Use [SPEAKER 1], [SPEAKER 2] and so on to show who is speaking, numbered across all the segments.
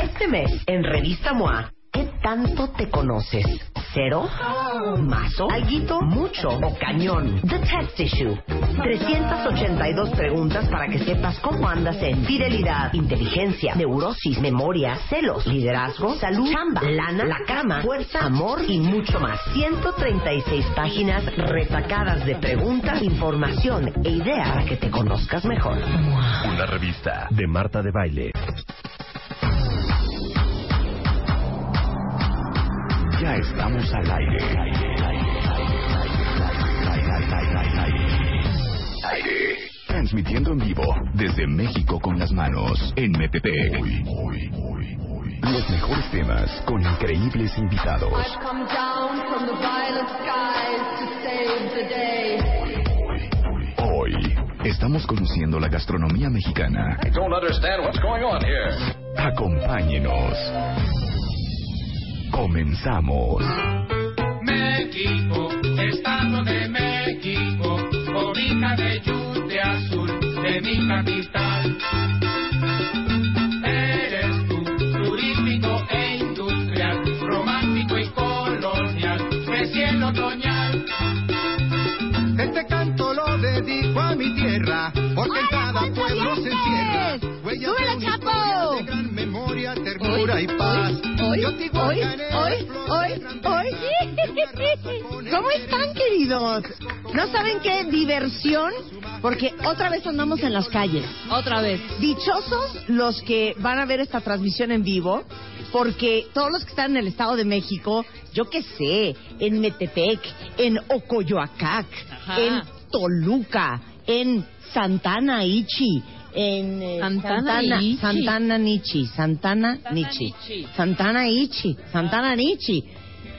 [SPEAKER 1] Este mes, en Revista MOA, ¿qué tanto te conoces? ¿Cero? ¿Mazo? ¿Alguito? ¿Mucho? ¿O cañón? The Test Issue. 382 preguntas para que sepas cómo andas en fidelidad, inteligencia, neurosis, memoria, celos, liderazgo, salud, chamba, lana, la cama, fuerza, amor y mucho más. 136 páginas retacadas de preguntas, información e idea para que te conozcas mejor.
[SPEAKER 2] Una revista de Marta de Baile. Ya estamos al aire. Aire. Transmitiendo en vivo desde México con las manos en MPP. Los mejores temas con increíbles invitados.
[SPEAKER 3] I've come down from the violent skies to save the day.
[SPEAKER 2] Hoy estamos conociendo la gastronomía mexicana.
[SPEAKER 4] I don't understand what's going on here.
[SPEAKER 2] Acompáñenos. Comenzamos.
[SPEAKER 5] México, estado de México, orina de yute azul de mi capital. Eres tú, turístico e industrial, romántico y colonial, recién otoñal.
[SPEAKER 6] Este canto lo dedico a mi tierra, porque
[SPEAKER 7] Ah,
[SPEAKER 6] en cada pueblo se encierra. huellas
[SPEAKER 3] ¡Súbele,
[SPEAKER 6] de una
[SPEAKER 3] Chapo!
[SPEAKER 6] historia de gran memoria, ternura y paz.
[SPEAKER 7] Hoy,
[SPEAKER 6] Yo te
[SPEAKER 7] hoy, hoy, hoy, hoy. ¿Cómo están, queridos? No saben qué diversión, porque otra vez andamos en las calles.
[SPEAKER 8] Otra vez.
[SPEAKER 7] Dichosos los que van a ver esta transmisión en vivo, porque todos los que están en el Estado de México, yo qué sé, en Metepec, en Ocoyoacac,
[SPEAKER 8] Ajá.
[SPEAKER 7] en Toluca, en Santana Ichi, en eh,
[SPEAKER 8] Santana Ichi.
[SPEAKER 7] Santana Nichi, Santana
[SPEAKER 8] Santana
[SPEAKER 7] Nichi,
[SPEAKER 8] Nichi.
[SPEAKER 7] Santana Ichi, Santana Nichi.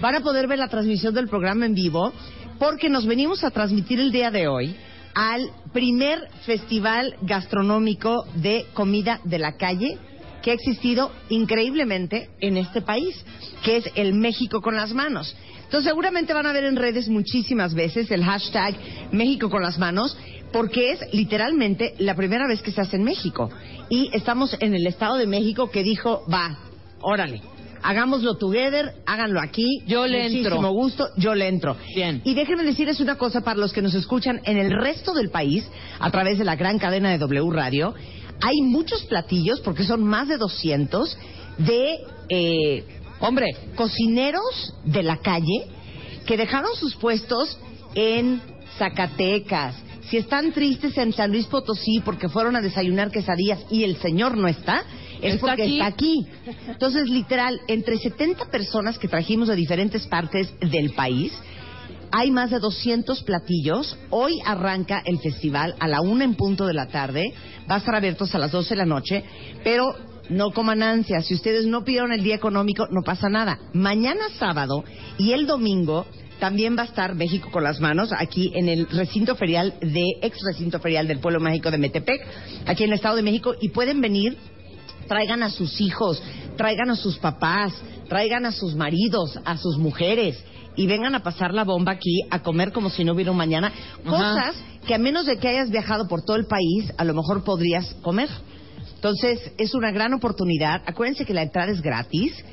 [SPEAKER 7] Van a poder ver la transmisión del programa en vivo porque nos venimos a transmitir el día de hoy al primer festival gastronómico de comida de la calle que ha existido increíblemente en este país, que es el México con las manos. Entonces seguramente van a ver en redes muchísimas veces el hashtag México con las manos, porque es literalmente la primera vez que se hace en México. Y estamos en el Estado de México que dijo, va, órale, hagámoslo together, háganlo aquí.
[SPEAKER 8] Yo le
[SPEAKER 7] Muchísimo
[SPEAKER 8] entro.
[SPEAKER 7] gusto, yo le entro.
[SPEAKER 8] Bien.
[SPEAKER 7] Y déjenme decirles una cosa para los que nos escuchan en el resto del país a través de la gran cadena de W Radio. Hay muchos platillos, porque son más de 200, de eh,
[SPEAKER 8] Hombre,
[SPEAKER 7] cocineros de la calle que dejaron sus puestos en Zacatecas. Si están tristes en San Luis Potosí porque fueron a desayunar quesadillas y el señor no está, es
[SPEAKER 8] Está
[SPEAKER 7] porque
[SPEAKER 8] aquí.
[SPEAKER 7] está aquí. Entonces, literal, entre 70 personas que trajimos de diferentes partes del país, hay más de 200 platillos. Hoy arranca el festival a la una en punto de la tarde. Va a estar abiertos a las 12 de la noche. Pero no coman ansias. Si ustedes no pidieron el día económico, no pasa nada. Mañana sábado y el domingo también va a estar México con las manos aquí en el recinto ferial de ex recinto ferial del pueblo mágico de Metepec, aquí en el Estado de México. Y pueden venir traigan a sus hijos, traigan a sus papás, traigan a sus maridos, a sus mujeres y vengan a pasar la bomba aquí a comer como si no hubiera un mañana. Cosas que a menos de que hayas viajado por todo el país, a lo mejor podrías comer. Entonces, es una gran oportunidad. Acuérdense que la entrada es gratis.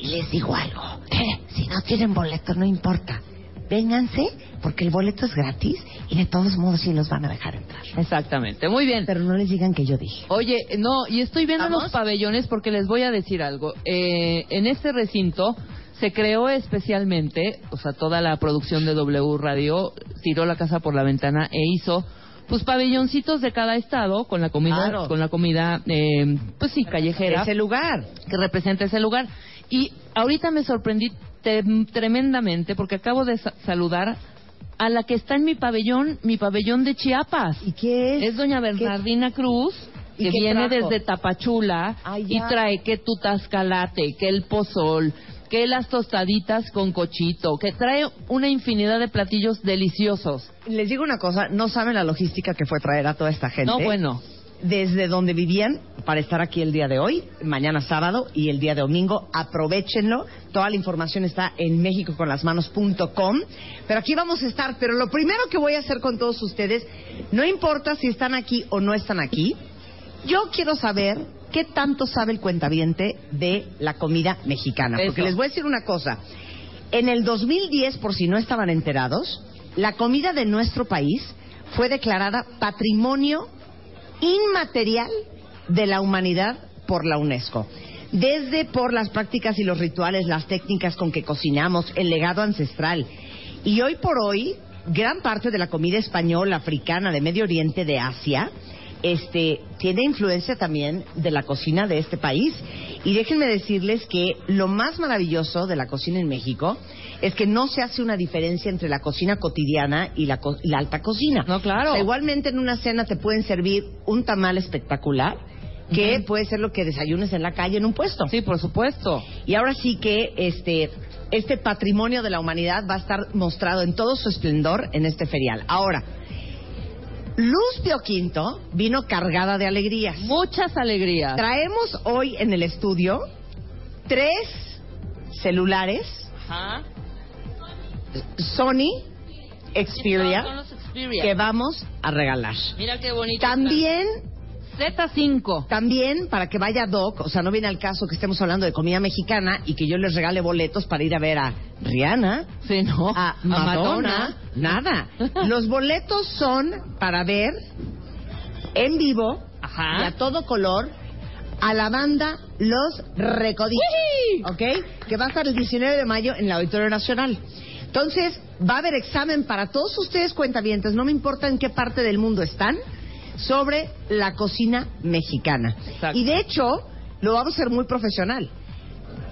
[SPEAKER 7] Y les digo algo. Si no tienen boleto, no importa. Vénganse, porque el boleto es gratis y de todos modos sí los van a dejar entrar.
[SPEAKER 8] exactamente. Muy bien.
[SPEAKER 7] Pero no les digan que yo dije.
[SPEAKER 8] Oye, no, y estoy viendo
[SPEAKER 7] ¿Vamos?
[SPEAKER 8] los pabellones porque les voy a decir algo. Eh, en este recinto se creó especialmente, o sea, toda la producción de W Radio tiró la casa por la ventana e hizo pues pabelloncitos de cada estado con la comida,
[SPEAKER 7] Claro.
[SPEAKER 8] con la comida, eh, pues sí, callejera.
[SPEAKER 7] Ese lugar.
[SPEAKER 8] que representa ese lugar. Y ahorita me sorprendí tem- tremendamente porque acabo de sa- saludar a la que está en mi pabellón, mi pabellón de Chiapas.
[SPEAKER 7] ¿Y qué es?
[SPEAKER 8] Es doña
[SPEAKER 7] ¿Qué-
[SPEAKER 8] Bernardina Cruz,
[SPEAKER 7] ¿Y
[SPEAKER 8] que
[SPEAKER 7] qué
[SPEAKER 8] viene
[SPEAKER 7] trajo?
[SPEAKER 8] desde Tapachula
[SPEAKER 7] Ah,
[SPEAKER 8] y
[SPEAKER 7] ya.
[SPEAKER 8] trae que tu tascalate, que el pozol, que las tostaditas con cochito, que trae una infinidad de platillos deliciosos.
[SPEAKER 7] Les digo una cosa, no saben la logística que fue traer a toda esta gente.
[SPEAKER 8] No, bueno.
[SPEAKER 7] Desde donde vivían para estar aquí el día de hoy, mañana sábado y el día de domingo, aprovechenlo. Toda la información está en mexicoconlasmanos.com. Pero aquí vamos a estar. Pero lo primero que voy a hacer con todos ustedes, no importa si están aquí o no están aquí, yo quiero saber ¿Qué tanto sabe el cuentaviente de la comida mexicana? Porque
[SPEAKER 8] Eso.
[SPEAKER 7] les voy a decir una cosa. En el 2010, por si no estaban enterados, la comida de nuestro país fue declarada patrimonio inmaterial de la humanidad por la UNESCO. Desde por las prácticas y los rituales, las técnicas con que cocinamos, el legado ancestral. Y hoy por hoy, gran parte de la comida española, africana, de Medio Oriente, de Asia, este, tiene influencia también de la cocina de este país. Y déjenme decirles que lo más maravilloso de la cocina en México es que no se hace una diferencia entre la cocina cotidiana y la, co- y la alta cocina.
[SPEAKER 8] No, claro.
[SPEAKER 7] O sea, igualmente en una cena te pueden servir un tamal espectacular, que puede ser lo que desayunes en la calle en un puesto.
[SPEAKER 8] Sí, por supuesto.
[SPEAKER 7] Y ahora sí que este, este patrimonio de la humanidad va a estar mostrado en todo su esplendor en este ferial. Ahora, Luz Pioquinto vino cargada de alegrías.
[SPEAKER 8] Muchas alegrías.
[SPEAKER 7] Traemos hoy en el estudio tres celulares
[SPEAKER 8] Ajá.
[SPEAKER 7] Sony
[SPEAKER 8] Son
[SPEAKER 7] Xperia
[SPEAKER 8] los
[SPEAKER 7] que
[SPEAKER 8] Xperia.
[SPEAKER 7] vamos a regalar.
[SPEAKER 8] Mira qué bonito.
[SPEAKER 7] También
[SPEAKER 8] Z5.
[SPEAKER 7] También para que vaya Doc, o sea, no viene al caso que estemos hablando de comida mexicana y que yo les regale boletos para ir a ver a Rihanna,
[SPEAKER 8] Sí, no.
[SPEAKER 7] a Ah, Madonna, nada. Los boletos son para ver en vivo
[SPEAKER 8] Ajá.
[SPEAKER 7] y a todo color a la banda Los Recoditos, ¿ok? Que va a estar el 19 de mayo en la Auditorio Nacional. Entonces, va a haber examen para todos ustedes cuentavientes, no me importa en qué parte del mundo están, sobre la cocina mexicana.
[SPEAKER 8] Exacto.
[SPEAKER 7] Y de hecho, lo vamos a hacer muy profesional.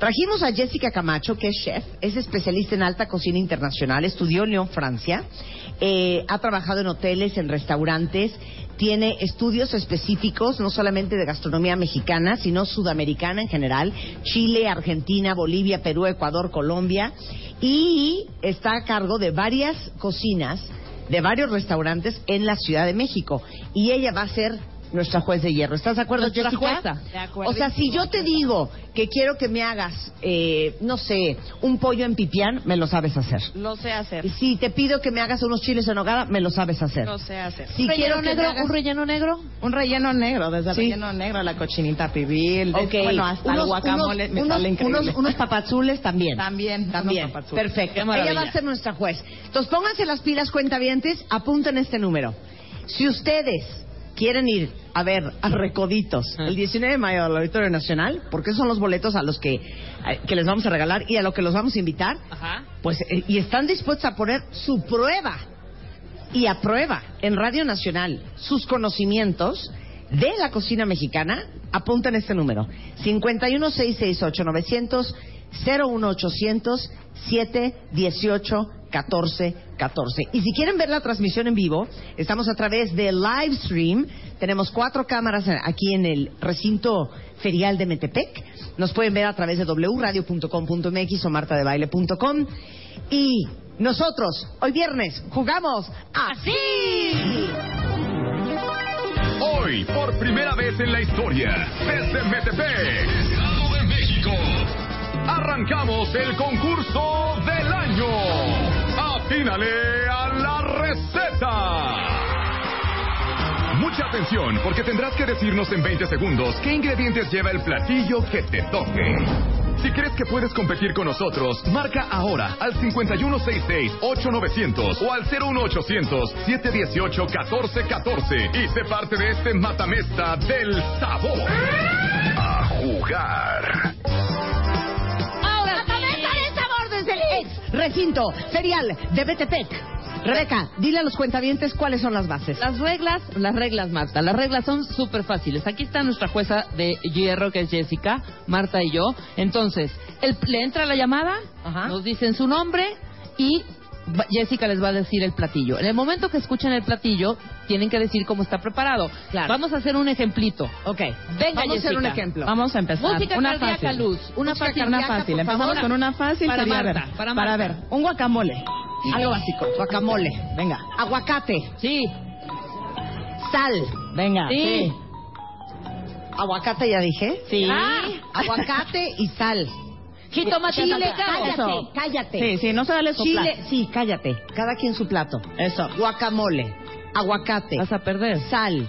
[SPEAKER 7] Trajimos a Jessica Camacho, que es chef, es especialista en alta cocina internacional, estudió en Lyon, Francia, eh, ha trabajado en hoteles, en restaurantes, tiene estudios específicos, no solamente de gastronomía mexicana, sino sudamericana en general, Chile, Argentina, Bolivia, Perú, Ecuador, Colombia, y está a cargo de varias cocinas, de varios restaurantes en la Ciudad de México. Y ella va a ser nuestra juez de hierro. ¿Estás de acuerdo,
[SPEAKER 8] Nuestra
[SPEAKER 7] Jessica?
[SPEAKER 8] jueza. De
[SPEAKER 7] O sea, si yo te digo que quiero que me hagas, eh, no sé, un pollo en pipián, me lo sabes hacer.
[SPEAKER 9] Lo sé hacer.
[SPEAKER 7] Y Si te pido que me hagas unos chiles en hogada, me lo sabes hacer.
[SPEAKER 9] Lo sé hacer.
[SPEAKER 7] Si quiero que me hagas-
[SPEAKER 8] relleno negro.
[SPEAKER 9] Un relleno negro, desde
[SPEAKER 7] Sí.
[SPEAKER 9] el relleno negro, la cochinita pibil, de-
[SPEAKER 7] Ok.
[SPEAKER 9] bueno, hasta
[SPEAKER 7] Unos-
[SPEAKER 9] el guacamole
[SPEAKER 7] unos-
[SPEAKER 9] me
[SPEAKER 7] unos-
[SPEAKER 9] sale increíble.
[SPEAKER 7] unos- unos papazules también.
[SPEAKER 9] También,
[SPEAKER 7] También,
[SPEAKER 9] unos papazules.
[SPEAKER 7] perfecto.
[SPEAKER 8] Qué
[SPEAKER 7] Ella
[SPEAKER 8] maravilla.
[SPEAKER 7] va a ser nuestra juez. Entonces pónganse las pilas, cuentavientes, apunten este número. Si ustedes quieren ir a ver a Recoditos el 19 de mayo al Auditorio Nacional, porque esos son los boletos a los que, a- que les vamos a regalar y a los que los vamos a invitar,
[SPEAKER 8] Ajá.
[SPEAKER 7] pues eh, y están dispuestos a poner su prueba y aprueba en Radio Nacional sus conocimientos de la cocina mexicana, apunten este número. 51668-900, 01800, 718, 14, 14. Y si quieren ver la transmisión en vivo, estamos a través de Livestream. Tenemos cuatro cámaras en- aquí en el recinto ferial de Metepec. Nos pueden ver a través de wradio.com.mx o martadebaile.com. Y nosotros, hoy viernes, jugamos así.
[SPEAKER 2] Hoy, por primera vez en la historia, desde Metepec, Estado de México, arrancamos el concurso del año. Afínale a la receta. Mucha atención, porque tendrás que decirnos en 20 segundos qué ingredientes lleva el platillo que te toque. Si crees que puedes competir con nosotros, marca ahora al 5166-8900 o al 01800-718-1414 y sé parte de este matamesta del sabor. A jugar.
[SPEAKER 7] Ahora Matamesta de sabor desde el ex recinto ferial de Betepec. Rebeca, dile a los cuentavientes cuáles son las bases.
[SPEAKER 8] Las reglas, las reglas, Marta. Las reglas son súper fáciles. Aquí está nuestra jueza de hierro, que es Jessica, Marta y yo. Entonces, el- le entra la llamada,
[SPEAKER 7] Ajá.
[SPEAKER 8] nos dicen su nombre y va- Jessica les va a decir el platillo. En el momento que escuchen el platillo, tienen que decir cómo está preparado.
[SPEAKER 7] Claro.
[SPEAKER 8] Vamos a hacer un ejemplito.
[SPEAKER 7] Ok,
[SPEAKER 8] Venga,
[SPEAKER 7] vamos a hacer
[SPEAKER 8] Jessica.
[SPEAKER 7] un ejemplo.
[SPEAKER 9] Vamos a empezar.
[SPEAKER 8] Música
[SPEAKER 9] una
[SPEAKER 8] cardíaca,
[SPEAKER 9] fácil.
[SPEAKER 8] Luz. Una
[SPEAKER 9] Música
[SPEAKER 8] fácil,
[SPEAKER 9] cardíaca,
[SPEAKER 8] Marta,
[SPEAKER 9] fácil.
[SPEAKER 8] por
[SPEAKER 9] Empezamos
[SPEAKER 8] favor.
[SPEAKER 9] con una fácil.
[SPEAKER 8] Para
[SPEAKER 9] sería, a ver,
[SPEAKER 8] Marta, para
[SPEAKER 9] para
[SPEAKER 8] Marta.
[SPEAKER 9] ver, un guacamole. Algo básico.
[SPEAKER 7] Guacamole.
[SPEAKER 9] Venga,
[SPEAKER 7] Aguacate,
[SPEAKER 8] Sí,
[SPEAKER 7] sal,
[SPEAKER 9] venga.
[SPEAKER 8] sí.
[SPEAKER 7] aguacate ya dije.
[SPEAKER 9] Sí.
[SPEAKER 7] Ah, aguacate y sal.
[SPEAKER 8] Jitomate,
[SPEAKER 7] Chile,
[SPEAKER 8] salsa.
[SPEAKER 7] cállate,
[SPEAKER 9] Eso.
[SPEAKER 7] cállate.
[SPEAKER 9] Sí, sí, no se dale soplar.
[SPEAKER 7] Chile, sí, cállate. Cada quien su plato.
[SPEAKER 9] Eso.
[SPEAKER 7] Guacamole, aguacate,
[SPEAKER 8] Vas a perder.
[SPEAKER 7] sal,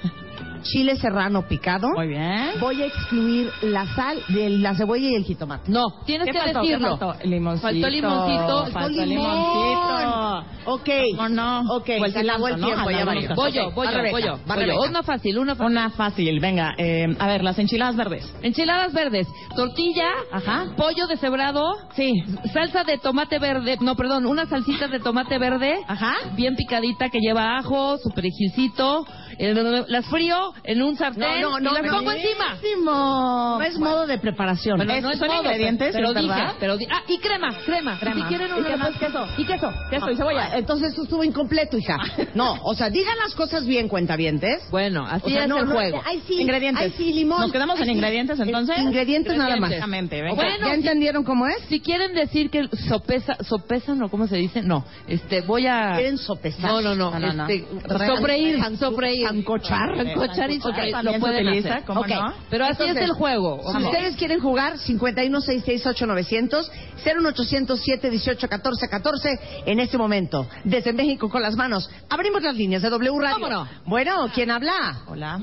[SPEAKER 7] chile serrano picado.
[SPEAKER 9] Muy bien.
[SPEAKER 7] Voy a excluir la sal de la cebolla y el jitomate.
[SPEAKER 8] No, tienes
[SPEAKER 9] ¿Qué
[SPEAKER 8] que
[SPEAKER 9] faltó? ¿Qué
[SPEAKER 8] decirlo.
[SPEAKER 9] faltó? Limoncito.
[SPEAKER 8] Faltó limoncito.
[SPEAKER 9] Faltó
[SPEAKER 7] limón.
[SPEAKER 9] limoncito.
[SPEAKER 7] Ok.
[SPEAKER 9] ¿Cómo no?
[SPEAKER 7] Ok,
[SPEAKER 9] O el
[SPEAKER 7] se acabó el
[SPEAKER 9] cilantro, ¿no?
[SPEAKER 7] tiempo, ya
[SPEAKER 9] Jalamos
[SPEAKER 7] valió.
[SPEAKER 9] los
[SPEAKER 8] Voy yo,
[SPEAKER 9] Ok,
[SPEAKER 8] voy
[SPEAKER 9] va
[SPEAKER 8] yo,
[SPEAKER 9] Rebeca,
[SPEAKER 8] voy yo.
[SPEAKER 9] va
[SPEAKER 8] voy yo.
[SPEAKER 9] Rebeca.
[SPEAKER 8] Una fácil, una fácil.
[SPEAKER 9] Una fácil, venga. eh, a ver, las enchiladas verdes.
[SPEAKER 8] Enchiladas verdes, tortilla,
[SPEAKER 9] Ajá.
[SPEAKER 8] pollo deshebrado,
[SPEAKER 9] Sí.
[SPEAKER 8] salsa de tomate verde, no, perdón, una salsita de tomate verde,
[SPEAKER 9] Ajá.
[SPEAKER 8] bien picadita que lleva ajo, su perejilcito, eh, las frío en un sartén
[SPEAKER 7] No, no, no,
[SPEAKER 8] y las
[SPEAKER 7] no.
[SPEAKER 8] pongo encima.
[SPEAKER 9] No
[SPEAKER 7] es modo de preparación.
[SPEAKER 8] Bueno,
[SPEAKER 9] Es-
[SPEAKER 8] no es
[SPEAKER 9] son
[SPEAKER 8] modo,
[SPEAKER 9] ingredientes,
[SPEAKER 8] pero
[SPEAKER 9] ¿verdad?
[SPEAKER 8] dije, pero di- ah, y crema, crema,
[SPEAKER 9] Crema.
[SPEAKER 8] Si quieren
[SPEAKER 9] ¿Y
[SPEAKER 8] una
[SPEAKER 9] qué
[SPEAKER 8] más
[SPEAKER 9] más? Queso.
[SPEAKER 8] y queso, queso y cebolla.
[SPEAKER 7] Entonces esto estuvo incompleto, hija. No, o sea, digan las cosas bien, cuentavientes.
[SPEAKER 8] Bueno, así
[SPEAKER 7] O sea,
[SPEAKER 8] es
[SPEAKER 7] no,
[SPEAKER 8] el
[SPEAKER 7] no,
[SPEAKER 8] juego.
[SPEAKER 7] Ay, sí,
[SPEAKER 9] Ingredientes.
[SPEAKER 7] ay, sí, limón.
[SPEAKER 9] ¿Nos quedamos
[SPEAKER 7] Ay,
[SPEAKER 9] en
[SPEAKER 7] sí. Eh,
[SPEAKER 9] ingredientes, entonces?
[SPEAKER 7] Ingredientes, nada más.
[SPEAKER 9] Exactamente, venga.
[SPEAKER 7] Ok,
[SPEAKER 8] Bueno,
[SPEAKER 7] ¿Ya
[SPEAKER 8] sí.
[SPEAKER 7] entendieron cómo es?
[SPEAKER 8] Si quieren decir que sopesa, sopesan o cómo se dice, no, este, voy a...
[SPEAKER 7] Quieren sopesar.
[SPEAKER 8] No, no, no,
[SPEAKER 9] No, no, no.
[SPEAKER 8] este,
[SPEAKER 9] Re-
[SPEAKER 8] sofreír,
[SPEAKER 7] Sancu-
[SPEAKER 8] sofreír.
[SPEAKER 7] sancochar.
[SPEAKER 8] Sancochar
[SPEAKER 9] Sancochar
[SPEAKER 8] y sofreír,
[SPEAKER 9] también
[SPEAKER 8] lo
[SPEAKER 9] se
[SPEAKER 8] pueden
[SPEAKER 9] utiliza,
[SPEAKER 8] hacer.
[SPEAKER 9] ¿cómo
[SPEAKER 8] Ok.
[SPEAKER 9] no?
[SPEAKER 8] Pero así
[SPEAKER 7] Entonces,
[SPEAKER 8] es el juego.
[SPEAKER 7] Si
[SPEAKER 8] ¿ok?
[SPEAKER 7] ustedes quieren jugar, 51668900, 01807181414, en este momento, desde México con las manos, abrimos las líneas de W Radio.
[SPEAKER 8] ¿Cómo no?
[SPEAKER 7] Bueno, ¿quién habla?
[SPEAKER 9] Hola.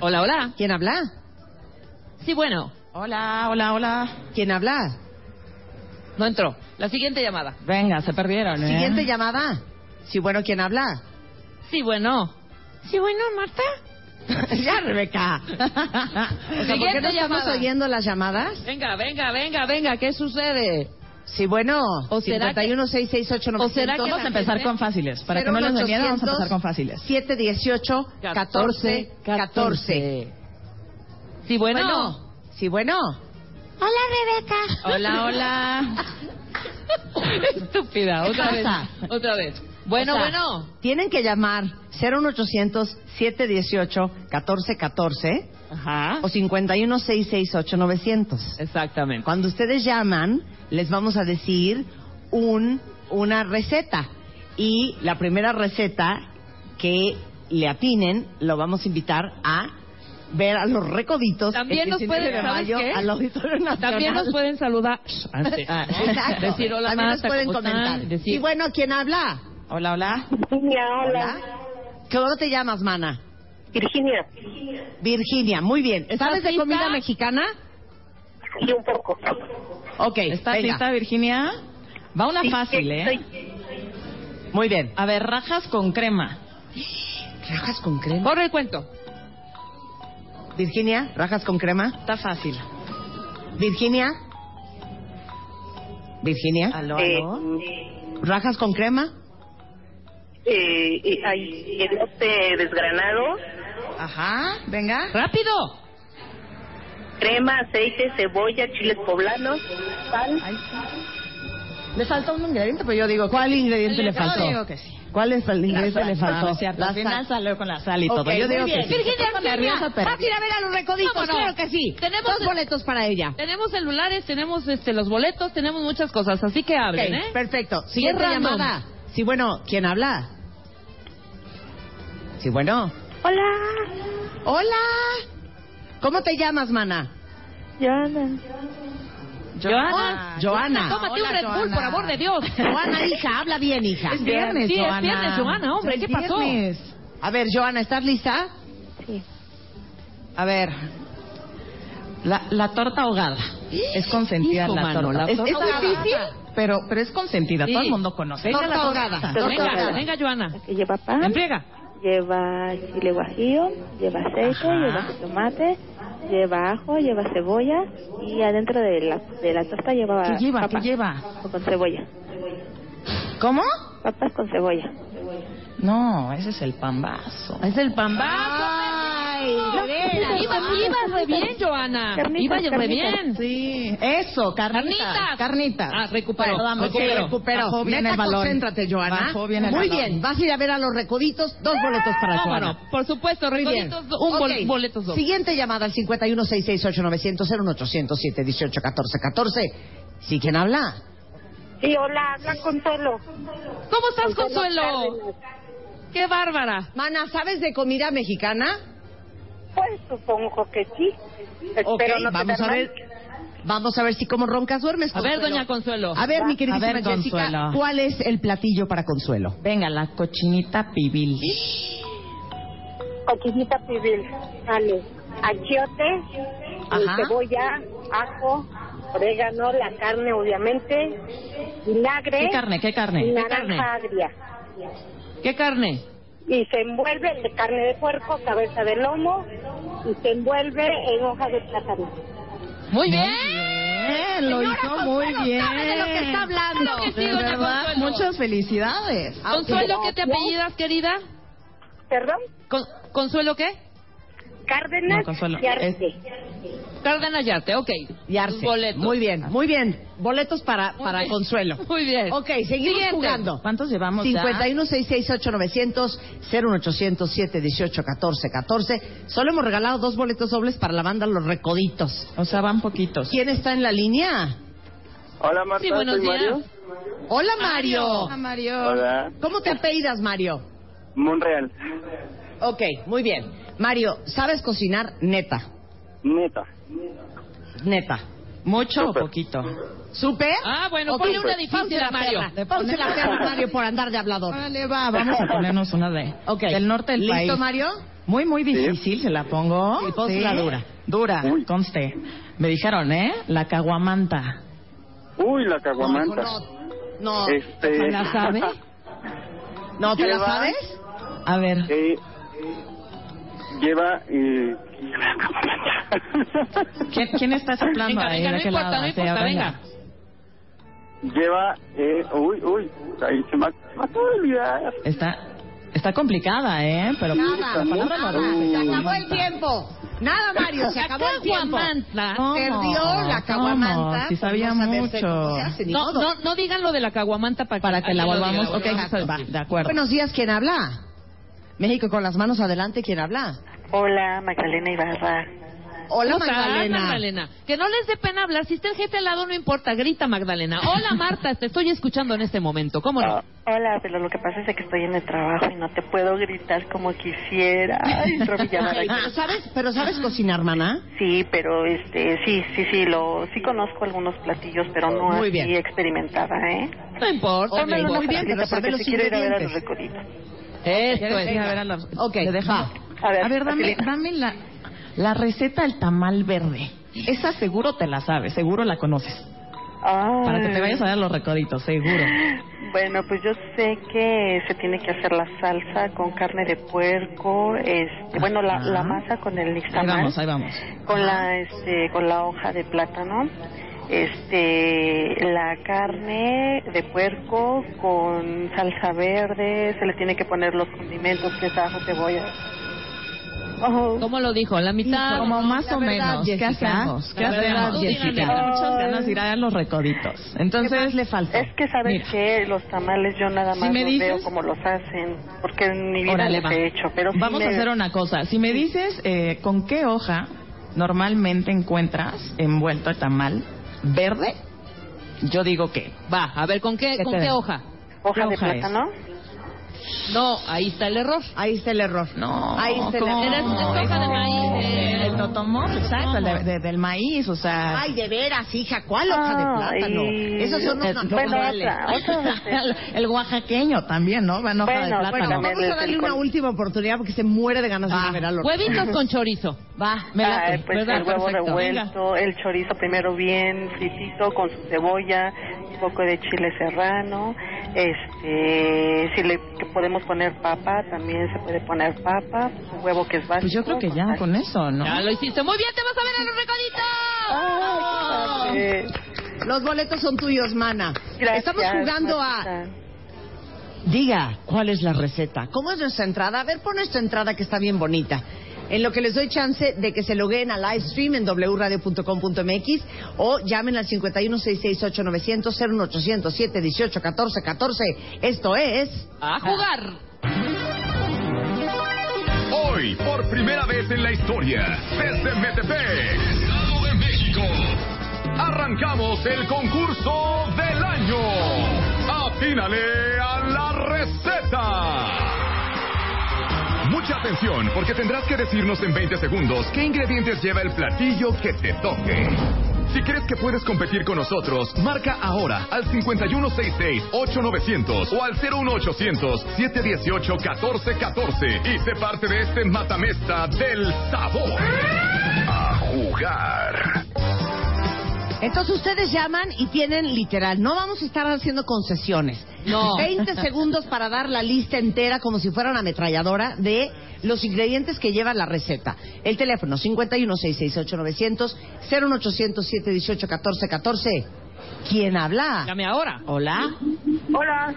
[SPEAKER 8] Hola, hola.
[SPEAKER 7] ¿Quién habla?
[SPEAKER 8] Sí, bueno,
[SPEAKER 9] Hola, hola, hola.
[SPEAKER 7] ¿Quién habla?
[SPEAKER 8] no entró. La siguiente llamada.
[SPEAKER 9] Venga, se perdieron, ¿eh?
[SPEAKER 7] Siguiente llamada. Sí, bueno, ¿quién habla?
[SPEAKER 8] Sí, bueno. Sí, bueno, Marta.
[SPEAKER 7] ya, Rebeca. O sea, ¿por qué
[SPEAKER 8] Siguiente
[SPEAKER 7] no estamos
[SPEAKER 8] llamada.
[SPEAKER 7] oyendo las llamadas?
[SPEAKER 8] Venga, venga, venga, venga, ¿qué sucede?
[SPEAKER 7] Sí, bueno,
[SPEAKER 8] ¿O será que-
[SPEAKER 7] 51668900.
[SPEAKER 8] o será que
[SPEAKER 9] Vamos a empezar con fáciles. Para que no les dé miedo, vamos a empezar con fáciles.
[SPEAKER 7] 718 14 14.
[SPEAKER 8] Sí, bueno.
[SPEAKER 7] Sí, bueno.
[SPEAKER 8] Hola, hola. Estúpida, otra vez.
[SPEAKER 7] pasa?
[SPEAKER 8] Otra vez. Bueno,
[SPEAKER 7] O sea,
[SPEAKER 8] bueno.
[SPEAKER 7] Tienen que llamar 01800 718 1414
[SPEAKER 8] Ajá.
[SPEAKER 7] o 51 668 900.
[SPEAKER 8] Exactamente.
[SPEAKER 7] Cuando ustedes llaman, les vamos a decir un, una receta. Y la primera receta que le atinen, lo vamos a invitar a ver a los recoditos.
[SPEAKER 8] También
[SPEAKER 7] el
[SPEAKER 8] nos
[SPEAKER 7] 17
[SPEAKER 8] pueden-
[SPEAKER 7] de
[SPEAKER 8] ¿sabes
[SPEAKER 7] mayo
[SPEAKER 8] qué?
[SPEAKER 7] al Auditorio Nacional.
[SPEAKER 8] También nos pueden saludar antes.
[SPEAKER 7] Ah, Exacto.
[SPEAKER 8] Decir hola,
[SPEAKER 7] También nos
[SPEAKER 8] Marta,
[SPEAKER 7] pueden
[SPEAKER 8] ¿cómo están?
[SPEAKER 7] comentar.
[SPEAKER 8] Decir-
[SPEAKER 7] Y bueno, ¿quién habla?
[SPEAKER 9] Hola, hola.
[SPEAKER 7] ¿Cómo te llamas, mana?
[SPEAKER 10] Virginia,
[SPEAKER 7] Virginia, muy bien. ¿Sabes de
[SPEAKER 8] lista?
[SPEAKER 7] comida mexicana?
[SPEAKER 10] y un poco.
[SPEAKER 7] Ok,
[SPEAKER 9] ¿Estás
[SPEAKER 7] venga.
[SPEAKER 9] lista, Virginia? Va una fácil, ¿eh?
[SPEAKER 10] Soy-
[SPEAKER 7] Muy bien.
[SPEAKER 9] A ver, rajas con crema.
[SPEAKER 7] ¿Rajas con crema?
[SPEAKER 8] Corre el cuento.
[SPEAKER 7] Virginia, ¿rajas con crema?
[SPEAKER 9] Está fácil.
[SPEAKER 7] Virginia. Virginia.
[SPEAKER 9] Aló,
[SPEAKER 10] eh,
[SPEAKER 9] aló.
[SPEAKER 7] ¿Rajas con crema?
[SPEAKER 10] eh, eh, hay elote desgranado,
[SPEAKER 9] Ajá, venga.
[SPEAKER 8] ¡Rápido!
[SPEAKER 10] crema, aceite, cebolla, chiles poblanos, sal.
[SPEAKER 9] Ay, sí.
[SPEAKER 7] Le falta un ingrediente, pero Pues yo digo, ¿cuál ingrediente le faltó?
[SPEAKER 9] Yo digo que sí.
[SPEAKER 7] ¿Cuál es el ingrediente
[SPEAKER 9] Sal,
[SPEAKER 7] le
[SPEAKER 8] Ah,
[SPEAKER 9] no, no
[SPEAKER 7] faltó?
[SPEAKER 9] es cierto.
[SPEAKER 7] La
[SPEAKER 9] Al final
[SPEAKER 7] sal.
[SPEAKER 9] salió con la sal y
[SPEAKER 7] Ok,
[SPEAKER 9] todo. Yo
[SPEAKER 7] muy
[SPEAKER 9] digo
[SPEAKER 7] bien.
[SPEAKER 9] que sí.
[SPEAKER 8] Virginia,
[SPEAKER 9] Estaba
[SPEAKER 8] Virginia,
[SPEAKER 9] nerviosa, pero-
[SPEAKER 7] Vas Ah, a ir a ver a los recoditos,
[SPEAKER 8] ¿Cómo no?
[SPEAKER 7] claro que sí.
[SPEAKER 8] Tenemos-
[SPEAKER 7] dos boletos para ella.
[SPEAKER 8] Tenemos celulares, tenemos este, los boletos, tenemos muchas cosas, así que hablen,
[SPEAKER 7] Ok,
[SPEAKER 8] ¿eh?
[SPEAKER 7] Perfecto. Siguiente
[SPEAKER 8] random.
[SPEAKER 7] llamada. Sí, bueno, ¿quién habla? Sí, bueno.
[SPEAKER 10] Hola,
[SPEAKER 7] Hola. ¿Cómo te llamas, mana?
[SPEAKER 10] Joana.
[SPEAKER 9] Joana.
[SPEAKER 7] Oh, Joana.
[SPEAKER 8] Tómate un
[SPEAKER 9] Hola,
[SPEAKER 8] Red Bull,
[SPEAKER 9] Joana.
[SPEAKER 8] por amor de Dios.
[SPEAKER 7] Joana, hija, habla bien, hija.
[SPEAKER 9] Es viernes,
[SPEAKER 8] Sí, es
[SPEAKER 9] Joana.
[SPEAKER 8] viernes, Joana, hombre,
[SPEAKER 9] Es
[SPEAKER 8] ¿qué pasó?
[SPEAKER 9] viernes.
[SPEAKER 7] A ver, Joana, ¿estás lista?
[SPEAKER 10] Sí.
[SPEAKER 9] A ver. La, la torta ahogada. Es consentida
[SPEAKER 8] Hijo,
[SPEAKER 9] la
[SPEAKER 8] mano,
[SPEAKER 9] torta.
[SPEAKER 8] la
[SPEAKER 9] Es,
[SPEAKER 8] torta
[SPEAKER 9] es
[SPEAKER 8] ahogada.
[SPEAKER 9] difícil, pero, pero es consentida.
[SPEAKER 8] Sí.
[SPEAKER 9] Todo el mundo conoce.
[SPEAKER 8] Venga,
[SPEAKER 9] Torta
[SPEAKER 8] la
[SPEAKER 9] ahogada.
[SPEAKER 8] torta. Venga, venga, Joana.
[SPEAKER 10] Que lleva pan,
[SPEAKER 8] Empliega.
[SPEAKER 10] lleva chile guajillo, lleva aceite,
[SPEAKER 9] Ajá.
[SPEAKER 10] lleva tomate, lleva ajo, lleva cebolla y adentro de la, de la tosta lleva
[SPEAKER 9] ¿Qué lleva? ¿Qué
[SPEAKER 10] papas
[SPEAKER 9] lleva?
[SPEAKER 10] con cebolla.
[SPEAKER 9] ¿Cómo?
[SPEAKER 10] Papas con cebolla.
[SPEAKER 9] No, ese es el pambazo.
[SPEAKER 8] Es el pambazo.
[SPEAKER 7] Ay,
[SPEAKER 8] Iba, iba re bien, Joana.
[SPEAKER 10] Carnitas,
[SPEAKER 8] Iba re
[SPEAKER 10] carnitas.
[SPEAKER 8] bien.
[SPEAKER 9] Sí. Eso, carnitas.
[SPEAKER 8] Carnitas.
[SPEAKER 9] Carnitas.
[SPEAKER 8] Ah, recuperó,
[SPEAKER 9] Perdón,
[SPEAKER 7] Ok,
[SPEAKER 8] recuperó.
[SPEAKER 7] recuperó.
[SPEAKER 9] Bajó bien
[SPEAKER 7] Neta,
[SPEAKER 9] el balón.
[SPEAKER 7] concéntrate, Joana.
[SPEAKER 9] Bajó bien el
[SPEAKER 7] Muy
[SPEAKER 9] balón.
[SPEAKER 7] bien, vas a ir a ver a los recoditos, dos boletos para
[SPEAKER 8] Cómo
[SPEAKER 7] Joana.
[SPEAKER 8] no, Ah, por supuesto,
[SPEAKER 7] Muy bien.
[SPEAKER 8] recoditos, un bol-
[SPEAKER 7] Ok.
[SPEAKER 8] boletos dos.
[SPEAKER 7] Siguiente llamada al 51668900-01807-181414. ¿Sí quién habla?
[SPEAKER 10] Sí, hola, habla Consuelo.
[SPEAKER 8] ¿Cómo estás, Consuelo? ¡Qué bárbara!
[SPEAKER 7] Mana, ¿sabes de comida mexicana?
[SPEAKER 10] Pues supongo que sí. Espero
[SPEAKER 7] Ok,
[SPEAKER 10] no
[SPEAKER 7] vamos
[SPEAKER 10] quedar
[SPEAKER 7] a
[SPEAKER 10] mal.
[SPEAKER 7] ver. Vamos a ver si como roncas duermes,
[SPEAKER 8] A ver,
[SPEAKER 7] Consuelo.
[SPEAKER 8] doña Consuelo.
[SPEAKER 7] A ver, mi queridísima
[SPEAKER 9] A ver,
[SPEAKER 7] Jessica,
[SPEAKER 9] Consuelo.
[SPEAKER 7] ¿cuál es el platillo para Consuelo?
[SPEAKER 9] Venga, la cochinita pibil.
[SPEAKER 11] Cochinita pibil. Vale. Achiote, y
[SPEAKER 12] Ajá.
[SPEAKER 11] cebolla, ajo, orégano, la carne obviamente, vinagre.
[SPEAKER 8] ¿Qué carne, qué carne,
[SPEAKER 11] Y
[SPEAKER 8] qué
[SPEAKER 11] naranja
[SPEAKER 8] carne?
[SPEAKER 11] agria.
[SPEAKER 8] ¿Qué carne?
[SPEAKER 11] Y se envuelve en carne de puerco, cabeza de lomo, y se envuelve en hojas de plátano.
[SPEAKER 8] Muy bien.
[SPEAKER 7] lo
[SPEAKER 11] Señora
[SPEAKER 7] hizo
[SPEAKER 11] Consuelo,
[SPEAKER 7] muy bien.
[SPEAKER 11] sabe de lo que está hablando. Claro que sí,
[SPEAKER 7] De
[SPEAKER 11] doña
[SPEAKER 7] verdad,
[SPEAKER 11] Consuelo.
[SPEAKER 7] muchas felicidades.
[SPEAKER 8] Consuelo, ¿qué te apellidas, querida?
[SPEAKER 11] ¿Perdón?
[SPEAKER 8] ¿Consuelo qué?
[SPEAKER 11] Cárdenas
[SPEAKER 8] No, Consuelo,
[SPEAKER 11] y Arce.
[SPEAKER 8] Cárdenas Yarte, ok.
[SPEAKER 7] Yarse.
[SPEAKER 8] Boletos.
[SPEAKER 7] Muy bien, muy bien. Boletos para,
[SPEAKER 8] Muy
[SPEAKER 7] para
[SPEAKER 8] bien.
[SPEAKER 7] Consuelo.
[SPEAKER 8] Muy bien.
[SPEAKER 7] Ok, seguimos
[SPEAKER 8] Siguiente.
[SPEAKER 7] jugando.
[SPEAKER 9] ¿Cuántos llevamos ya?
[SPEAKER 7] 51 668 900 0800 718 14 14. Solo hemos regalado dos boletos dobles para la banda Los Recoditos.
[SPEAKER 9] O sea, van poquitos.
[SPEAKER 7] ¿Quién está en la línea?
[SPEAKER 13] Hola Marta,
[SPEAKER 7] Sí, buenos
[SPEAKER 13] soy Mario.
[SPEAKER 7] días. Hola, Mario.
[SPEAKER 13] Hola, Mario. Hola.
[SPEAKER 7] ¿Cómo te apellidas, Mario?
[SPEAKER 13] Monreal,
[SPEAKER 7] Ok, muy bien. Mario, ¿sabes cocinar neta?
[SPEAKER 13] neta.
[SPEAKER 7] Neta.
[SPEAKER 9] ¿Mucho o poquito?
[SPEAKER 7] ¿Súper?
[SPEAKER 8] Ah, bueno,
[SPEAKER 7] Ok,
[SPEAKER 8] ponle una
[SPEAKER 7] pues,
[SPEAKER 8] difícil
[SPEAKER 7] ponse la
[SPEAKER 8] a Mario.
[SPEAKER 7] perra,
[SPEAKER 8] Le
[SPEAKER 7] Ponse la
[SPEAKER 8] ponemos-
[SPEAKER 7] perra, Mario, por andar de hablador.
[SPEAKER 9] Vale,
[SPEAKER 7] Ah,
[SPEAKER 9] va, vamos a ponernos una de,
[SPEAKER 7] Ok.
[SPEAKER 9] del norte del
[SPEAKER 7] ¿Listo,
[SPEAKER 9] país.
[SPEAKER 7] Mario?
[SPEAKER 9] Muy, muy difícil, se la pongo.
[SPEAKER 7] Sí, pónsela dura.
[SPEAKER 9] Dura, conste. Me dijeron, ¿eh? La caguamanta.
[SPEAKER 13] Uy, la caguamanta.
[SPEAKER 7] No,
[SPEAKER 13] Este-
[SPEAKER 9] ¿te la sabes?
[SPEAKER 7] ¿No te la
[SPEAKER 13] Lleva-
[SPEAKER 7] sabes?
[SPEAKER 9] A ver.
[SPEAKER 13] Eh, lleva. Eh...
[SPEAKER 9] ¿Quién, quién está soplando
[SPEAKER 8] Venga,
[SPEAKER 9] ahí?
[SPEAKER 8] venga,
[SPEAKER 9] de
[SPEAKER 8] no
[SPEAKER 9] qué
[SPEAKER 8] importa,
[SPEAKER 9] lado?
[SPEAKER 8] no
[SPEAKER 9] Sí,
[SPEAKER 8] importa, venga.
[SPEAKER 13] Lleva. Eh... Uy, uy. Ahí se me ac- me acabo de olvidar.
[SPEAKER 9] Está, está complicada, ¿eh? Pero
[SPEAKER 7] Nada,
[SPEAKER 9] la palabra
[SPEAKER 7] nada,
[SPEAKER 9] lo dice.
[SPEAKER 7] se acabó el tiempo. Nada, Mario, se
[SPEAKER 8] La
[SPEAKER 7] acabó el tiempo.
[SPEAKER 8] caguamanta.
[SPEAKER 7] Perdió la
[SPEAKER 9] ¿Cómo?
[SPEAKER 7] caguamanta.
[SPEAKER 9] Si sabía
[SPEAKER 7] por no saberse
[SPEAKER 9] mucho.
[SPEAKER 7] cómo se hace, ni
[SPEAKER 8] No,
[SPEAKER 7] modo.
[SPEAKER 8] no, no digan lo de la caguamanta para,
[SPEAKER 9] Para que la
[SPEAKER 8] alguien lo
[SPEAKER 9] volvamos.
[SPEAKER 8] diga.
[SPEAKER 9] Ok,
[SPEAKER 8] Exacto.
[SPEAKER 9] va, de acuerdo.
[SPEAKER 7] Buenos días, ¿quién habla? México con las manos adelante, ¿quién habla?
[SPEAKER 12] Hola, Magdalena Ibarra.
[SPEAKER 7] Hola,
[SPEAKER 8] Puta,
[SPEAKER 7] Magdalena.
[SPEAKER 8] Magdalena. Que no les dé pena hablar. Si está el gente al lado, no importa. Grita, Magdalena. Hola, Marta. Te estoy escuchando en este momento. ¿Cómo
[SPEAKER 12] Ah,
[SPEAKER 8] no?
[SPEAKER 12] Hola, pero lo que pasa es que estoy en el trabajo y no te puedo gritar como quisiera. Ay, Romy, ya me
[SPEAKER 7] Ay,
[SPEAKER 12] la-
[SPEAKER 7] pero sabes, pero sabes cocinar, maná.
[SPEAKER 12] Sí, pero este, sí, sí, sí, lo, sí conozco algunos platillos, pero no
[SPEAKER 7] Muy
[SPEAKER 12] así
[SPEAKER 7] bien.
[SPEAKER 12] experimentada, ¿eh?
[SPEAKER 8] No importa.
[SPEAKER 7] Hombre,
[SPEAKER 8] no
[SPEAKER 7] muy
[SPEAKER 8] importa.
[SPEAKER 7] bien, pero
[SPEAKER 12] Porque
[SPEAKER 7] sabe los
[SPEAKER 12] sí quiero ir a ver a los
[SPEAKER 7] ingredientes.
[SPEAKER 12] recoditos.
[SPEAKER 8] Esto
[SPEAKER 9] ¿Quieres ir a ver
[SPEAKER 8] es.
[SPEAKER 9] a los-
[SPEAKER 7] Ok,
[SPEAKER 9] ¿Le deja?
[SPEAKER 7] va.
[SPEAKER 12] A ver,
[SPEAKER 9] A ver, dame,
[SPEAKER 12] Vaselina.
[SPEAKER 9] dame la, la receta del tamal verde. Esa seguro te la sabes, seguro la conoces.
[SPEAKER 12] Ay.
[SPEAKER 9] Para que te vayas a ver los recoditos, seguro.
[SPEAKER 12] Bueno, pues yo sé que se tiene que hacer la salsa con carne de puerco, este, bueno, la,
[SPEAKER 9] Ajá.
[SPEAKER 12] la masa con el
[SPEAKER 9] Ahí
[SPEAKER 12] nixtamal.
[SPEAKER 9] vamos, ahí vamos.
[SPEAKER 12] con la este con la hoja de plátano este la carne de puerco con salsa verde se le tiene que poner los condimentos que es ajo cebolla oh.
[SPEAKER 8] ¿Cómo lo dijo? La mitad.
[SPEAKER 9] Como más
[SPEAKER 7] la
[SPEAKER 9] o
[SPEAKER 7] verdad,
[SPEAKER 9] menos.
[SPEAKER 7] Jessica,
[SPEAKER 9] ¿Qué hacemos? ¿Qué
[SPEAKER 8] la
[SPEAKER 9] hacemos,
[SPEAKER 8] verdad, tú
[SPEAKER 9] Jessica?
[SPEAKER 8] díganle.
[SPEAKER 9] Tengo muchas ganas de ir a ver los recoditos. Entonces le falta.
[SPEAKER 12] es que sabes
[SPEAKER 9] Mira.
[SPEAKER 12] que los tamales yo nada
[SPEAKER 9] Si
[SPEAKER 12] más
[SPEAKER 9] me
[SPEAKER 12] los
[SPEAKER 9] dices-
[SPEAKER 12] veo como los hacen porque en mi vida
[SPEAKER 9] Órale,
[SPEAKER 12] los
[SPEAKER 9] va.
[SPEAKER 12] he hecho pero sí
[SPEAKER 9] Vamos
[SPEAKER 12] me-
[SPEAKER 9] a hacer una cosa. Si me dices eh, con qué hoja normalmente encuentras envuelto el tamal verde, yo digo que
[SPEAKER 8] Va, a ver, ¿con qué,
[SPEAKER 9] ¿Qué
[SPEAKER 8] con
[SPEAKER 9] te
[SPEAKER 8] qué
[SPEAKER 9] da?
[SPEAKER 8] hoja?
[SPEAKER 12] hoja
[SPEAKER 9] ¿qué
[SPEAKER 12] de
[SPEAKER 9] hoja es?
[SPEAKER 12] plátano
[SPEAKER 8] No, ahí está el error.
[SPEAKER 7] Ahí está el error.
[SPEAKER 9] no.
[SPEAKER 7] Ahí está el
[SPEAKER 9] ¿cómo?
[SPEAKER 7] error.
[SPEAKER 8] Era- es hoja de maíz, eh.
[SPEAKER 9] El totomol, exacto, el de- de- del maíz, o sea.
[SPEAKER 7] Ay, de veras, hija, ¿cuál hoja de
[SPEAKER 12] Ay.
[SPEAKER 7] plátano? Esos son
[SPEAKER 9] Eh,
[SPEAKER 7] unos
[SPEAKER 12] bueno,
[SPEAKER 7] nopales.
[SPEAKER 12] otra, otra.
[SPEAKER 9] el, el oaxaqueño también, ¿no? Va en hoja
[SPEAKER 12] Bueno,
[SPEAKER 9] de plátano.
[SPEAKER 12] bueno,
[SPEAKER 7] Vamos a darle una última oportunidad porque se muere de ganas de ir a ver al otro.
[SPEAKER 8] Ah. Huevitos con chorizo.
[SPEAKER 9] Va, me late,
[SPEAKER 12] Ay, pues
[SPEAKER 9] ¿verdad?
[SPEAKER 12] el huevo
[SPEAKER 9] Perfecto.
[SPEAKER 12] revuelto, el chorizo primero bien fritito con su cebolla, un poco de chile serrano, este, si le que podemos poner papa, también se puede poner papa, un huevo que es básico.
[SPEAKER 9] Pues yo creo que ya
[SPEAKER 12] sal.
[SPEAKER 9] con eso, ¿no?
[SPEAKER 8] Ya Ah, lo hiciste. Muy bien, te vas a ver a los recoditos.
[SPEAKER 12] Ay, qué padre.
[SPEAKER 7] Los boletos son tuyos, mana.
[SPEAKER 12] Eh, Gracias,
[SPEAKER 7] Estamos jugando a...
[SPEAKER 12] Marta.
[SPEAKER 7] Diga, ¿cuál es la receta? ¿Cómo es nuestra entrada? A ver, pon nuestra entrada que está bien bonita. En lo que les doy chance de que se logueen a live stream en wradio.com.mx o llamen al 51 668 900 0800 718 14 14. Esto es...
[SPEAKER 8] A jugar.
[SPEAKER 2] Hoy, por primera vez en la historia, desde Metepec, Estado de México, arrancamos el concurso del año. Afínale a la receta. Mucha atención, porque tendrás que decirnos en 20 segundos qué ingredientes lleva el platillo que te toque. Si crees que puedes competir con nosotros, marca ahora al 5166-8900 o al 01800-718-1414 y sé parte de este matamesta del sabor. A jugar.
[SPEAKER 7] Entonces ustedes llaman y tienen literal, no vamos a estar haciendo concesiones.
[SPEAKER 8] No.
[SPEAKER 7] 20 segundos para dar la lista entera como si fuera una ametralladora de los ingredientes que lleva la receta. El teléfono 51668900 01800 718 1414. ¿Quién habla?
[SPEAKER 8] Llame ahora.
[SPEAKER 7] Hola.
[SPEAKER 11] Hola.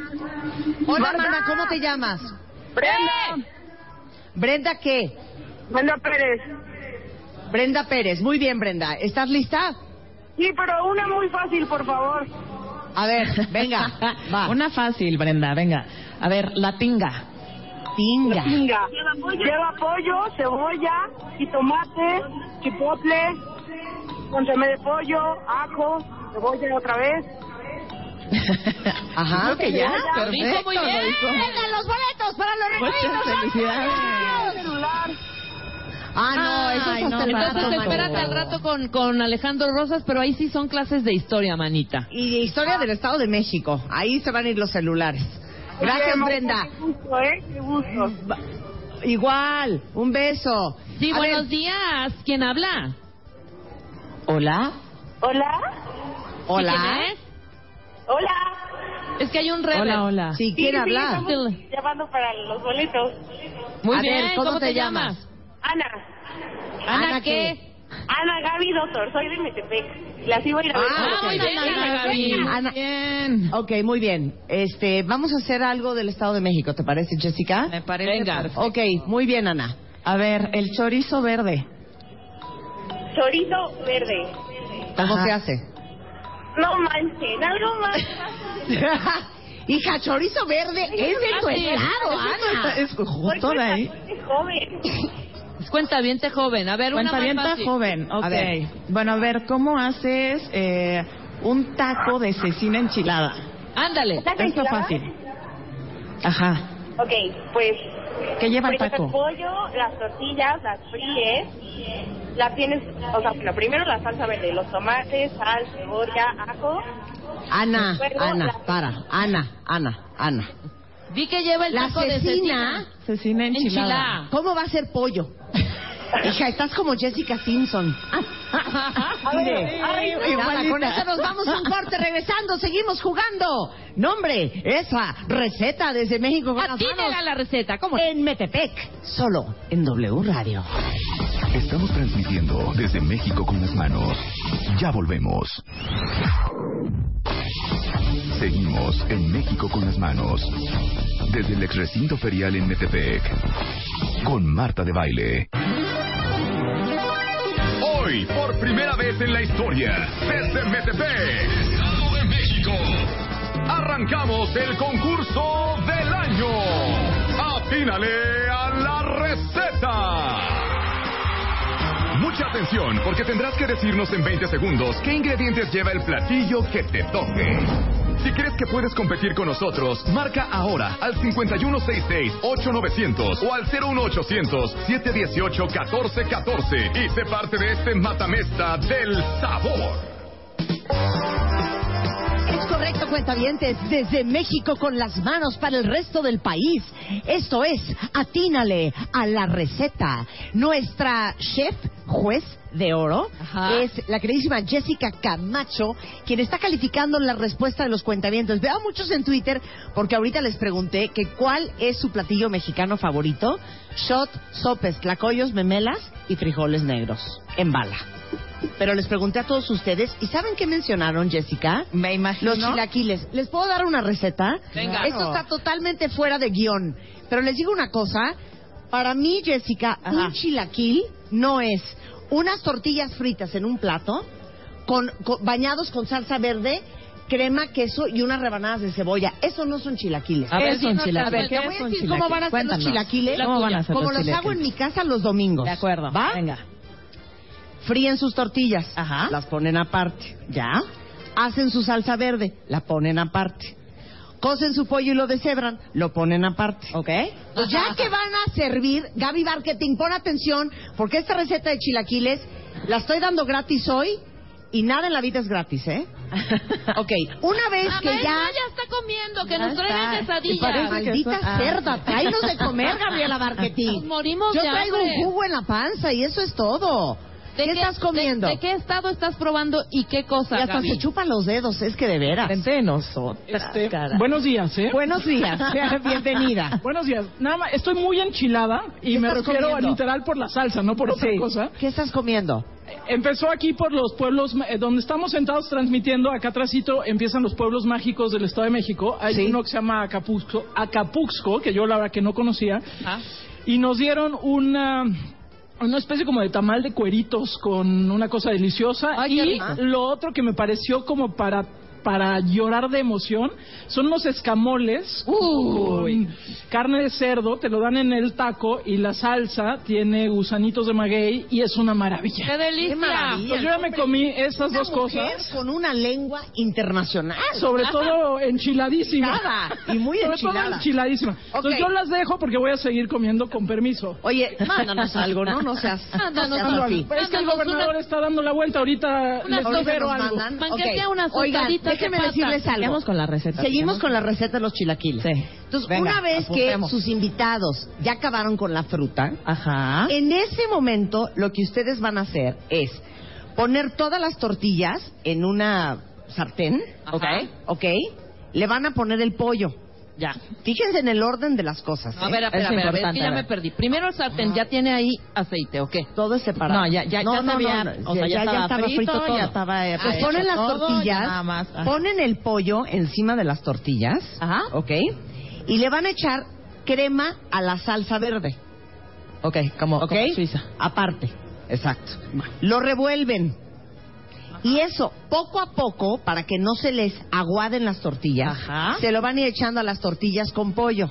[SPEAKER 7] Hola,
[SPEAKER 11] Marta.
[SPEAKER 7] mana, ¿cómo te llamas?
[SPEAKER 11] Brenda.
[SPEAKER 7] Brenda qué?
[SPEAKER 11] Brenda Pérez.
[SPEAKER 7] Brenda Pérez. Muy bien, Brenda. ¿Estás lista?
[SPEAKER 11] Sí, pero una muy fácil, por favor.
[SPEAKER 7] A ver, venga. va.
[SPEAKER 9] Una fácil, Brenda, venga. A ver, la tinga.
[SPEAKER 7] Tinga.
[SPEAKER 11] Venga. Lleva pollo, cebolla, jitomate, chipotle, consomé de pollo, ajo, cebolla otra vez.
[SPEAKER 7] Ajá.
[SPEAKER 9] Creo que ya,
[SPEAKER 11] Lo dijo
[SPEAKER 9] perfecto.
[SPEAKER 11] muy bien.
[SPEAKER 9] lo dijo.
[SPEAKER 7] Venga, los boletos para los
[SPEAKER 9] Muchas felicidades.
[SPEAKER 11] Celular.
[SPEAKER 7] Ah, no, eso es
[SPEAKER 9] Ay,
[SPEAKER 7] hasta
[SPEAKER 9] no,
[SPEAKER 7] el
[SPEAKER 9] Marta,
[SPEAKER 7] rato,
[SPEAKER 9] no.
[SPEAKER 8] Entonces espérate
[SPEAKER 7] mano.
[SPEAKER 8] al rato con, con Alejandro Rosas, pero ahí sí son clases de historia, manita.
[SPEAKER 7] Y de historia del Estado de México. Ahí se van a ir los celulares. Gracias,
[SPEAKER 11] Oye, Marta,
[SPEAKER 7] Brenda. Mm,
[SPEAKER 11] Qué gusto, ¿eh? Qué gusto.
[SPEAKER 7] Igual, un beso.
[SPEAKER 8] Sí,
[SPEAKER 7] A
[SPEAKER 8] buenos
[SPEAKER 7] ver,
[SPEAKER 8] días. ¿Quién habla?
[SPEAKER 7] Hola.
[SPEAKER 11] Hola.
[SPEAKER 8] ¿Sí,
[SPEAKER 7] Hola.
[SPEAKER 8] quién
[SPEAKER 11] Hola.
[SPEAKER 8] es? Es que hay un reto.
[SPEAKER 9] Hola, hola.
[SPEAKER 7] Sí, ¿quién
[SPEAKER 11] Sí,
[SPEAKER 7] habla?
[SPEAKER 11] Sí, estamos llamando para los boletos.
[SPEAKER 8] Muy
[SPEAKER 7] A
[SPEAKER 8] bien,
[SPEAKER 7] ver, ¿cómo te
[SPEAKER 8] llamas?
[SPEAKER 11] Ana.
[SPEAKER 8] Ana,
[SPEAKER 7] Ana,
[SPEAKER 8] ¿qué?
[SPEAKER 11] Ana Gaby Doctor, soy de Metepec. Las iba a ir a ver.
[SPEAKER 7] Ah,
[SPEAKER 8] muy bien, Ana Gaby.
[SPEAKER 14] Ah,
[SPEAKER 7] Ana-
[SPEAKER 9] Bien.
[SPEAKER 7] Ok, muy bien. Este, vamos a hacer algo del Estado de México, ¿te parece, Jessica?
[SPEAKER 9] Me parece
[SPEAKER 8] Venga.
[SPEAKER 9] perfecto.
[SPEAKER 7] Ok, muy bien, Ana.
[SPEAKER 9] A ver, el chorizo verde.
[SPEAKER 11] Chorizo verde.
[SPEAKER 7] ¿Cómo
[SPEAKER 9] Ajá.
[SPEAKER 7] se hace?
[SPEAKER 11] No manchen, algo más.
[SPEAKER 7] Hija, chorizo verde es de tu
[SPEAKER 8] fácil.
[SPEAKER 7] estado,
[SPEAKER 9] Eso
[SPEAKER 7] Ana.
[SPEAKER 9] está- es ¿eh? justo de ahí.
[SPEAKER 11] Es joven.
[SPEAKER 7] Pues
[SPEAKER 8] Cuenta bien, te joven. A ver, una más
[SPEAKER 9] Cuentavienta
[SPEAKER 8] fácil.
[SPEAKER 9] joven, ok.
[SPEAKER 7] A ver.
[SPEAKER 9] Bueno, a ver, ¿cómo haces eh, un taco de cecina enchilada?
[SPEAKER 8] Ándale.
[SPEAKER 11] ¿Taco
[SPEAKER 9] Eso
[SPEAKER 11] enchilada?
[SPEAKER 9] fácil. Ajá.
[SPEAKER 11] Ok, pues.
[SPEAKER 9] ¿Qué lleva el
[SPEAKER 11] Pues,
[SPEAKER 9] taco?
[SPEAKER 11] El pollo, las tortillas, las fríes. Las tienes, o sea, bueno, primero la salsa verde, los tomates, sal, cebolla, ajo.
[SPEAKER 7] Ana,
[SPEAKER 11] Bueno,
[SPEAKER 7] Ana,
[SPEAKER 11] la-
[SPEAKER 7] para. Ana, Ana, Ana.
[SPEAKER 8] Di que lleva el
[SPEAKER 7] La
[SPEAKER 8] taco de
[SPEAKER 7] cecina.
[SPEAKER 8] cecina.
[SPEAKER 9] Cecina enchilada.
[SPEAKER 8] Enchilada.
[SPEAKER 7] ¿Cómo va a ser pollo? Hija, estás como Jessica Simpson.
[SPEAKER 11] A ver, ay,
[SPEAKER 7] Nada, con eso nos vamos a un corte regresando, seguimos jugando. Nombre, esa receta desde México con las
[SPEAKER 8] Atínela
[SPEAKER 7] manos
[SPEAKER 8] la receta. ¿Cómo?
[SPEAKER 7] en Metepec, solo en W Radio.
[SPEAKER 2] Estamos transmitiendo desde México con las manos. Ya volvemos. Seguimos en México con las manos. Desde el ex recinto ferial en Metepec. Con Marta de Baile. Hoy, por primera vez en la historia, desde Metepec, Estado de México, arrancamos el concurso del año. Afínale a la receta. Mucha atención, porque tendrás que decirnos en 20 segundos qué ingredientes lleva el platillo que te toque. Si crees que puedes competir con nosotros, marca ahora al 5166-8900 o al 01800-718-1414 y sé parte de este matamesta del sabor.
[SPEAKER 7] Es correcto, cuentavientes, desde México con las manos para el resto del país. Esto es Atínale a la receta. Nuestra chef, juez de oro,
[SPEAKER 8] Ajá.
[SPEAKER 7] es la queridísima Jessica Camacho, quien está calificando la respuesta de los cuentavientes. Veo a muchos en Twitter porque ahorita les pregunté que cuál es su platillo mexicano favorito. Shot, sopes, tlacoyos, memelas y frijoles negros en bala. Pero les pregunté a todos ustedes, ¿y saben qué mencionaron, Jessica?
[SPEAKER 9] Me imagino.
[SPEAKER 7] Los chilaquiles. ¿Les puedo dar una receta?
[SPEAKER 8] Venga.
[SPEAKER 7] Esto está totalmente fuera de guión. Pero les digo una cosa. Para mí, Jessica,
[SPEAKER 9] Ajá.
[SPEAKER 7] un chilaquil no es unas tortillas fritas en un plato, con, con- bañados con salsa verde, crema, queso y unas rebanadas de cebolla. Eso no son chilaquiles.
[SPEAKER 9] A ver,
[SPEAKER 8] Eso,
[SPEAKER 9] dinos,
[SPEAKER 8] chilaquiles.
[SPEAKER 9] a ver,
[SPEAKER 7] Te
[SPEAKER 9] ¿qué
[SPEAKER 7] voy a
[SPEAKER 9] son
[SPEAKER 7] decir cómo van a ser los
[SPEAKER 9] Cuéntanos.
[SPEAKER 7] chilaquiles,
[SPEAKER 8] La
[SPEAKER 9] ¿Cómo van
[SPEAKER 8] tuya.
[SPEAKER 9] a hacer
[SPEAKER 7] como
[SPEAKER 9] los
[SPEAKER 7] los hago en mi
[SPEAKER 9] chilaquiles?
[SPEAKER 7] casa los domingos.
[SPEAKER 9] De acuerdo.
[SPEAKER 7] ¿Va?
[SPEAKER 9] Venga.
[SPEAKER 7] fríen sus tortillas,
[SPEAKER 9] Ajá.
[SPEAKER 7] las ponen aparte, ¿ya? Hacen su salsa verde, la ponen aparte. Cocen su pollo y lo deshebran, lo ponen aparte.
[SPEAKER 9] ¿Ok?
[SPEAKER 7] Pues ya que van a servir, Gaby Marketing, pon atención, porque esta receta de chilaquiles la estoy dando gratis hoy y nada en la vida es gratis, ¿eh? ok, una vez
[SPEAKER 14] Ah,
[SPEAKER 7] que
[SPEAKER 14] maestro,
[SPEAKER 7] ya...
[SPEAKER 14] ya está comiendo, que
[SPEAKER 7] Ya
[SPEAKER 14] nos traigan
[SPEAKER 7] está.
[SPEAKER 14] quesadillas.
[SPEAKER 7] Y parece que Maldita son- ah. cerda, tráenos de comer, Gabriela Barquetín.
[SPEAKER 14] Nos morimos
[SPEAKER 7] Yo
[SPEAKER 14] de
[SPEAKER 7] traigo
[SPEAKER 14] hambre.
[SPEAKER 7] un jugo en la panza y eso es todo.
[SPEAKER 14] ¿De
[SPEAKER 7] ¿Qué, estás comiendo?
[SPEAKER 14] ¿De, de qué estado estás probando y qué cosa,
[SPEAKER 7] Y hasta
[SPEAKER 14] Gaby?
[SPEAKER 7] se chupan los dedos, es que de veras.
[SPEAKER 9] Entre nosotros.
[SPEAKER 15] Este, buenos días, ¿eh?
[SPEAKER 7] Buenos días, sea bienvenida.
[SPEAKER 15] Buenos días. Nada más, estoy muy enchilada y
[SPEAKER 7] ¿Qué
[SPEAKER 15] me
[SPEAKER 7] estás
[SPEAKER 15] refiero
[SPEAKER 7] comiendo?
[SPEAKER 15] literal por la salsa, no por otra
[SPEAKER 7] Sí.
[SPEAKER 15] cosa.
[SPEAKER 7] ¿Qué estás comiendo?
[SPEAKER 15] Empezó aquí por los pueblos eh, donde estamos sentados transmitiendo, acá atrásito empiezan los pueblos mágicos del Estado de México. Hay uno que se llama Acapulco, Acapulco, que yo la verdad que no conocía. Y nos dieron una una especie como de tamal de cueritos con una cosa deliciosa y lo otro que me pareció como para para llorar de emoción son los escamoles con carne de cerdo te lo dan en el taco y la salsa tiene gusanitos de maguey y es una maravilla
[SPEAKER 14] ¡Qué delicia! ¡Qué maravilla!
[SPEAKER 15] Pues yo ya me
[SPEAKER 14] Hombre,
[SPEAKER 15] comí esas
[SPEAKER 14] una
[SPEAKER 15] dos
[SPEAKER 14] mujer
[SPEAKER 15] cosas
[SPEAKER 7] Con una lengua internacional.
[SPEAKER 15] sobre todo enchiladísima
[SPEAKER 7] Y muy
[SPEAKER 15] Sobre todo
[SPEAKER 7] enchilada.
[SPEAKER 15] enchiladísima
[SPEAKER 7] Ok.
[SPEAKER 15] entonces Pues yo las dejo porque voy a seguir comiendo con permiso
[SPEAKER 7] Oye, mándanos algo, ¿no? No seas- no Mándanos seas algo. así.
[SPEAKER 15] es que el
[SPEAKER 7] Mándanos
[SPEAKER 8] pues,
[SPEAKER 15] gobernador
[SPEAKER 7] una-
[SPEAKER 15] está dando la vuelta ahorita.
[SPEAKER 7] Una
[SPEAKER 15] les
[SPEAKER 7] sopa
[SPEAKER 15] espero
[SPEAKER 7] nos
[SPEAKER 15] algo.
[SPEAKER 7] mandan. Ok. Oigan, déjenme decirles algo.
[SPEAKER 15] Sigamos con la receta.
[SPEAKER 7] Seguimos
[SPEAKER 15] Sigamos.
[SPEAKER 7] con la receta de los chilaquiles. Entonces,
[SPEAKER 15] Venga,
[SPEAKER 7] una vez
[SPEAKER 15] apuntemos.
[SPEAKER 7] que sus invitados ya acabaron con la fruta,
[SPEAKER 8] Eh,
[SPEAKER 7] en ese momento lo que ustedes van a hacer es poner todas las tortillas en una sartén.
[SPEAKER 8] Ok.
[SPEAKER 7] ¿Ok? Le van a poner el pollo.
[SPEAKER 8] Ya.
[SPEAKER 7] Fíjense en el orden de las cosas.
[SPEAKER 8] No, a
[SPEAKER 7] ¿eh?
[SPEAKER 8] ver, a ver, a ver, es que ya me perdí. Primero el sartén, ¿ya tiene ahí aceite o qué?
[SPEAKER 7] Todo es separado.
[SPEAKER 8] No, ya, ya,
[SPEAKER 7] No,
[SPEAKER 8] ya
[SPEAKER 7] no,
[SPEAKER 8] sabía,
[SPEAKER 7] no, no,
[SPEAKER 8] o sea, ya, estaba, frito,
[SPEAKER 7] todo.
[SPEAKER 8] ya estaba... eh,
[SPEAKER 7] Pues
[SPEAKER 8] hecho
[SPEAKER 7] ponen las
[SPEAKER 8] todo,
[SPEAKER 7] tortillas,
[SPEAKER 8] ya nada más. Ah. Ajá.
[SPEAKER 7] ponen el pollo encima de las tortillas, Ajá. ¿ok? Y le van a echar crema a la salsa verde. Ok, como, suiza. Aparte, exacto. Lo revuelven. Y eso, poco a poco, para que no se les aguaden las tortillas, se lo van a ir echando a las tortillas con pollo.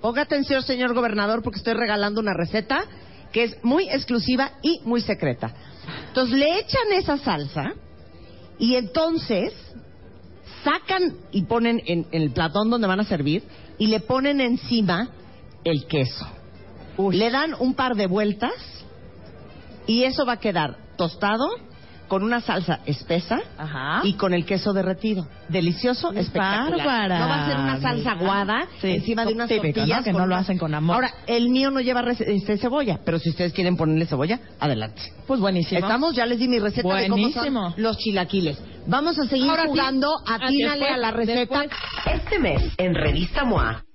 [SPEAKER 7] Ponga atención, señor gobernador, porque estoy regalando una receta que es muy exclusiva y muy secreta. Entonces le echan esa salsa y entonces sacan y ponen en, en el platón donde van a servir y le ponen encima el queso. Le dan un par de vueltas y eso va a quedar tostado con una salsa espesa
[SPEAKER 9] Ah.
[SPEAKER 7] y con el queso derretido. Delicioso, espectacular.
[SPEAKER 9] bárbara.
[SPEAKER 7] No va a ser una salsa aguada
[SPEAKER 9] Sí,
[SPEAKER 7] encima de unas
[SPEAKER 9] típico, ¿no?
[SPEAKER 7] tortillas.
[SPEAKER 9] Que
[SPEAKER 7] con
[SPEAKER 9] no lo
[SPEAKER 7] una-
[SPEAKER 9] hacen con amor.
[SPEAKER 7] Ahora, el mío no lleva rece- este, cebolla, pero si ustedes quieren ponerle cebolla, adelante. Pues buenísimo. Estamos, ya les di mi receta de cómo
[SPEAKER 1] Buenísimo.
[SPEAKER 7] son los chilaquiles. Vamos a seguir
[SPEAKER 1] Ahora sí,
[SPEAKER 7] jugando,
[SPEAKER 1] ah,
[SPEAKER 7] atínale
[SPEAKER 1] después,
[SPEAKER 7] a la receta.
[SPEAKER 1] Este mes, en Revista MOA,